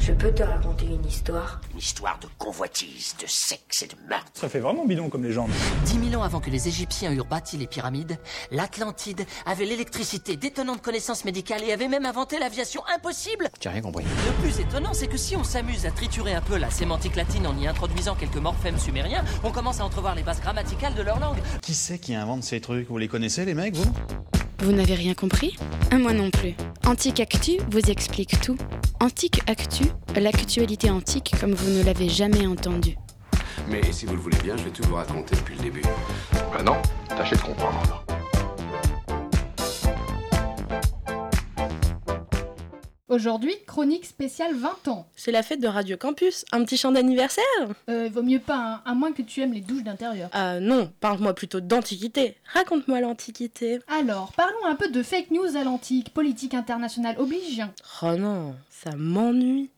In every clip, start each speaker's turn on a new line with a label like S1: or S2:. S1: Je peux te raconter une histoire
S2: Une histoire de convoitise, de sexe et de meurtre.
S3: Ça fait vraiment bidon comme légende.
S4: 10 000 ans avant que les Égyptiens eurent bâti les pyramides, l'Atlantide avait l'électricité, d'étonnantes connaissances médicales et avait même inventé l'aviation impossible
S2: J'ai rien compris.
S4: Le plus étonnant, c'est que si on s'amuse à triturer un peu la sémantique latine en y introduisant quelques morphèmes sumériens, on commence à entrevoir les bases grammaticales de leur langue.
S5: Qui c'est qui invente ces trucs Vous les connaissez les mecs, vous
S6: Vous n'avez rien compris Euh, Moi non plus. Antique Actu vous explique tout. Antique Actu, l'actualité antique comme vous ne l'avez jamais entendue.
S7: Mais si vous le voulez bien, je vais tout vous raconter depuis le début.
S8: Bah non, tâchez de comprendre.
S9: Aujourd'hui, chronique spéciale 20 ans.
S10: C'est la fête de Radio Campus, un petit chant d'anniversaire
S9: Euh, vaut mieux pas, hein, à moins que tu aimes les douches d'intérieur.
S10: Ah non, parle-moi plutôt d'antiquité. Raconte-moi l'antiquité.
S9: Alors, parlons un peu de fake news à l'antique, politique internationale oblige.
S10: Oh non, ça m'ennuie.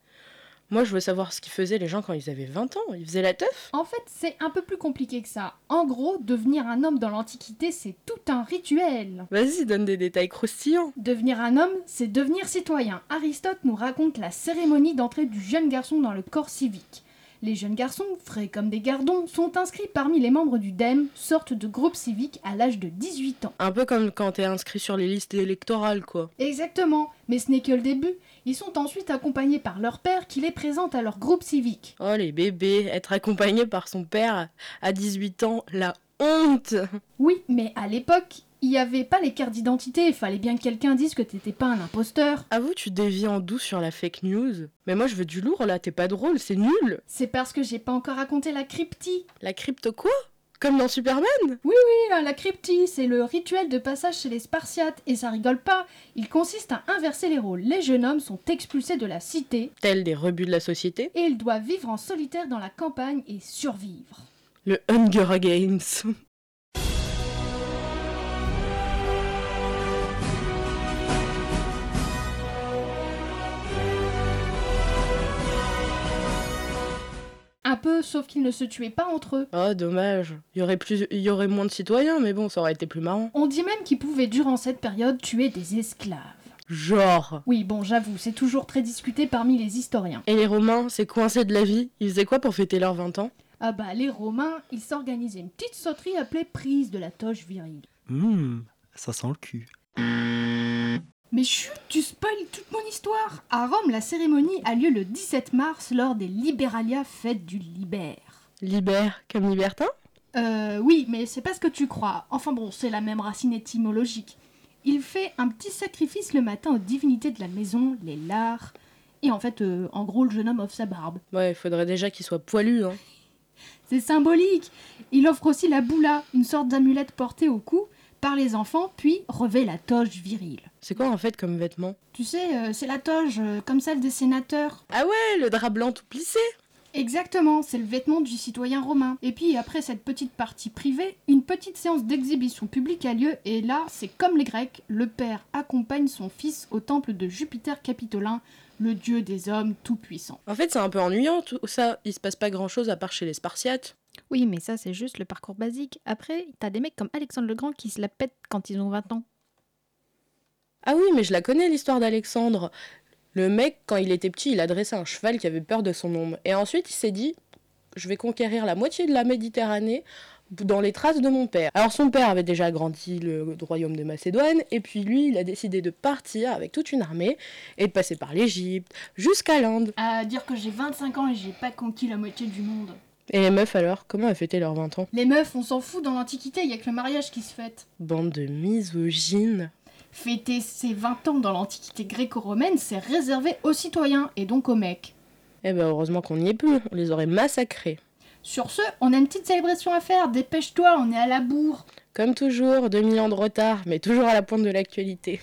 S10: Moi, je veux savoir ce qu'ils faisaient les gens quand ils avaient 20 ans. Ils faisaient la teuf
S9: En fait, c'est un peu plus compliqué que ça. En gros, devenir un homme dans l'antiquité, c'est tout un rituel.
S10: Vas-y, donne des détails croustillants.
S9: Devenir un homme, c'est devenir citoyen. Aristote nous raconte la cérémonie d'entrée du jeune garçon dans le corps civique. Les jeunes garçons, frais comme des gardons, sont inscrits parmi les membres du DEM, sorte de groupe civique à l'âge de 18 ans.
S10: Un peu comme quand t'es inscrit sur les listes électorales, quoi.
S9: Exactement, mais ce n'est que le début. Ils sont ensuite accompagnés par leur père qui les présente à leur groupe civique.
S10: Oh les bébés, être accompagné par son père à 18 ans, la honte
S9: Oui, mais à l'époque, il n'y avait pas les cartes d'identité, il fallait bien que quelqu'un dise que t'étais pas un imposteur.
S10: Avoue, tu dévies en doux sur la fake news. Mais moi, je veux du lourd là, t'es pas drôle, c'est nul
S9: C'est parce que j'ai pas encore raconté la cryptie.
S10: La crypto quoi Comme dans Superman
S9: Oui, hein, la cryptie, c'est le rituel de passage chez les Spartiates, et ça rigole pas. Il consiste à inverser les rôles. Les jeunes hommes sont expulsés de la cité,
S10: Tel des rebuts de la société.
S9: et ils doivent vivre en solitaire dans la campagne et survivre.
S10: Le Hunger Games.
S9: Un peu, sauf qu'ils ne se tuaient pas entre eux.
S10: Oh dommage. Il y aurait plus, il y aurait moins de citoyens, mais bon, ça aurait été plus marrant.
S9: On dit même qu'ils pouvaient durant cette période tuer des esclaves.
S10: Genre.
S9: Oui, bon, j'avoue, c'est toujours très discuté parmi les historiens.
S10: Et les Romains, c'est coincé de la vie. Ils faisaient quoi pour fêter leurs 20 ans
S9: Ah bah, les Romains, ils s'organisaient une petite sauterie appelée prise de la toche virile.
S11: Hum, ça sent le cul.
S9: Mais chut, tu spoil toute mon histoire À Rome, la cérémonie a lieu le 17 mars lors des Liberalia, fête du Libère.
S10: Libère comme libertin
S9: Euh, oui, mais c'est pas ce que tu crois. Enfin bon, c'est la même racine étymologique. Il fait un petit sacrifice le matin aux divinités de la maison, les lars. Et en fait, euh, en gros, le jeune homme offre sa barbe.
S10: Ouais, il faudrait déjà qu'il soit poilu, hein.
S9: C'est symbolique. Il offre aussi la boula, une sorte d'amulette portée au cou par les enfants, puis revêt la toge virile.
S10: C'est quoi en fait comme vêtement
S9: Tu sais, euh, c'est la toge euh, comme celle des sénateurs.
S10: Ah ouais, le drap blanc tout plissé
S9: Exactement, c'est le vêtement du citoyen romain. Et puis après cette petite partie privée, une petite séance d'exhibition publique a lieu et là, c'est comme les Grecs, le père accompagne son fils au temple de Jupiter Capitolin, le dieu des hommes tout-puissant.
S10: En fait, c'est un peu ennuyant tout ça. Il se passe pas grand chose à part chez les Spartiates.
S12: Oui, mais ça, c'est juste le parcours basique. Après, t'as des mecs comme Alexandre le Grand qui se la pètent quand ils ont 20 ans.
S10: Ah oui, mais je la connais l'histoire d'Alexandre. Le mec, quand il était petit, il a dressé un cheval qui avait peur de son ombre. Et ensuite, il s'est dit Je vais conquérir la moitié de la Méditerranée dans les traces de mon père. Alors, son père avait déjà agrandi le royaume de Macédoine, et puis lui, il a décidé de partir avec toute une armée et de passer par l'Égypte jusqu'à l'Inde.
S9: À dire que j'ai 25 ans et j'ai pas conquis la moitié du monde.
S10: Et les meufs, alors, comment elles fêtaient leurs 20 ans
S9: Les meufs, on s'en fout dans l'Antiquité, y a que le mariage qui se fête.
S10: Bande de misogynes.
S9: Fêter ses 20 ans dans l'Antiquité gréco-romaine, c'est réservé aux citoyens et donc aux mecs.
S10: Eh ben, heureusement qu'on n'y est plus, on les aurait massacrés.
S9: Sur ce, on a une petite célébration à faire, dépêche-toi, on est à la bourre.
S10: Comme toujours, 2000 ans de retard, mais toujours à la pointe de l'actualité.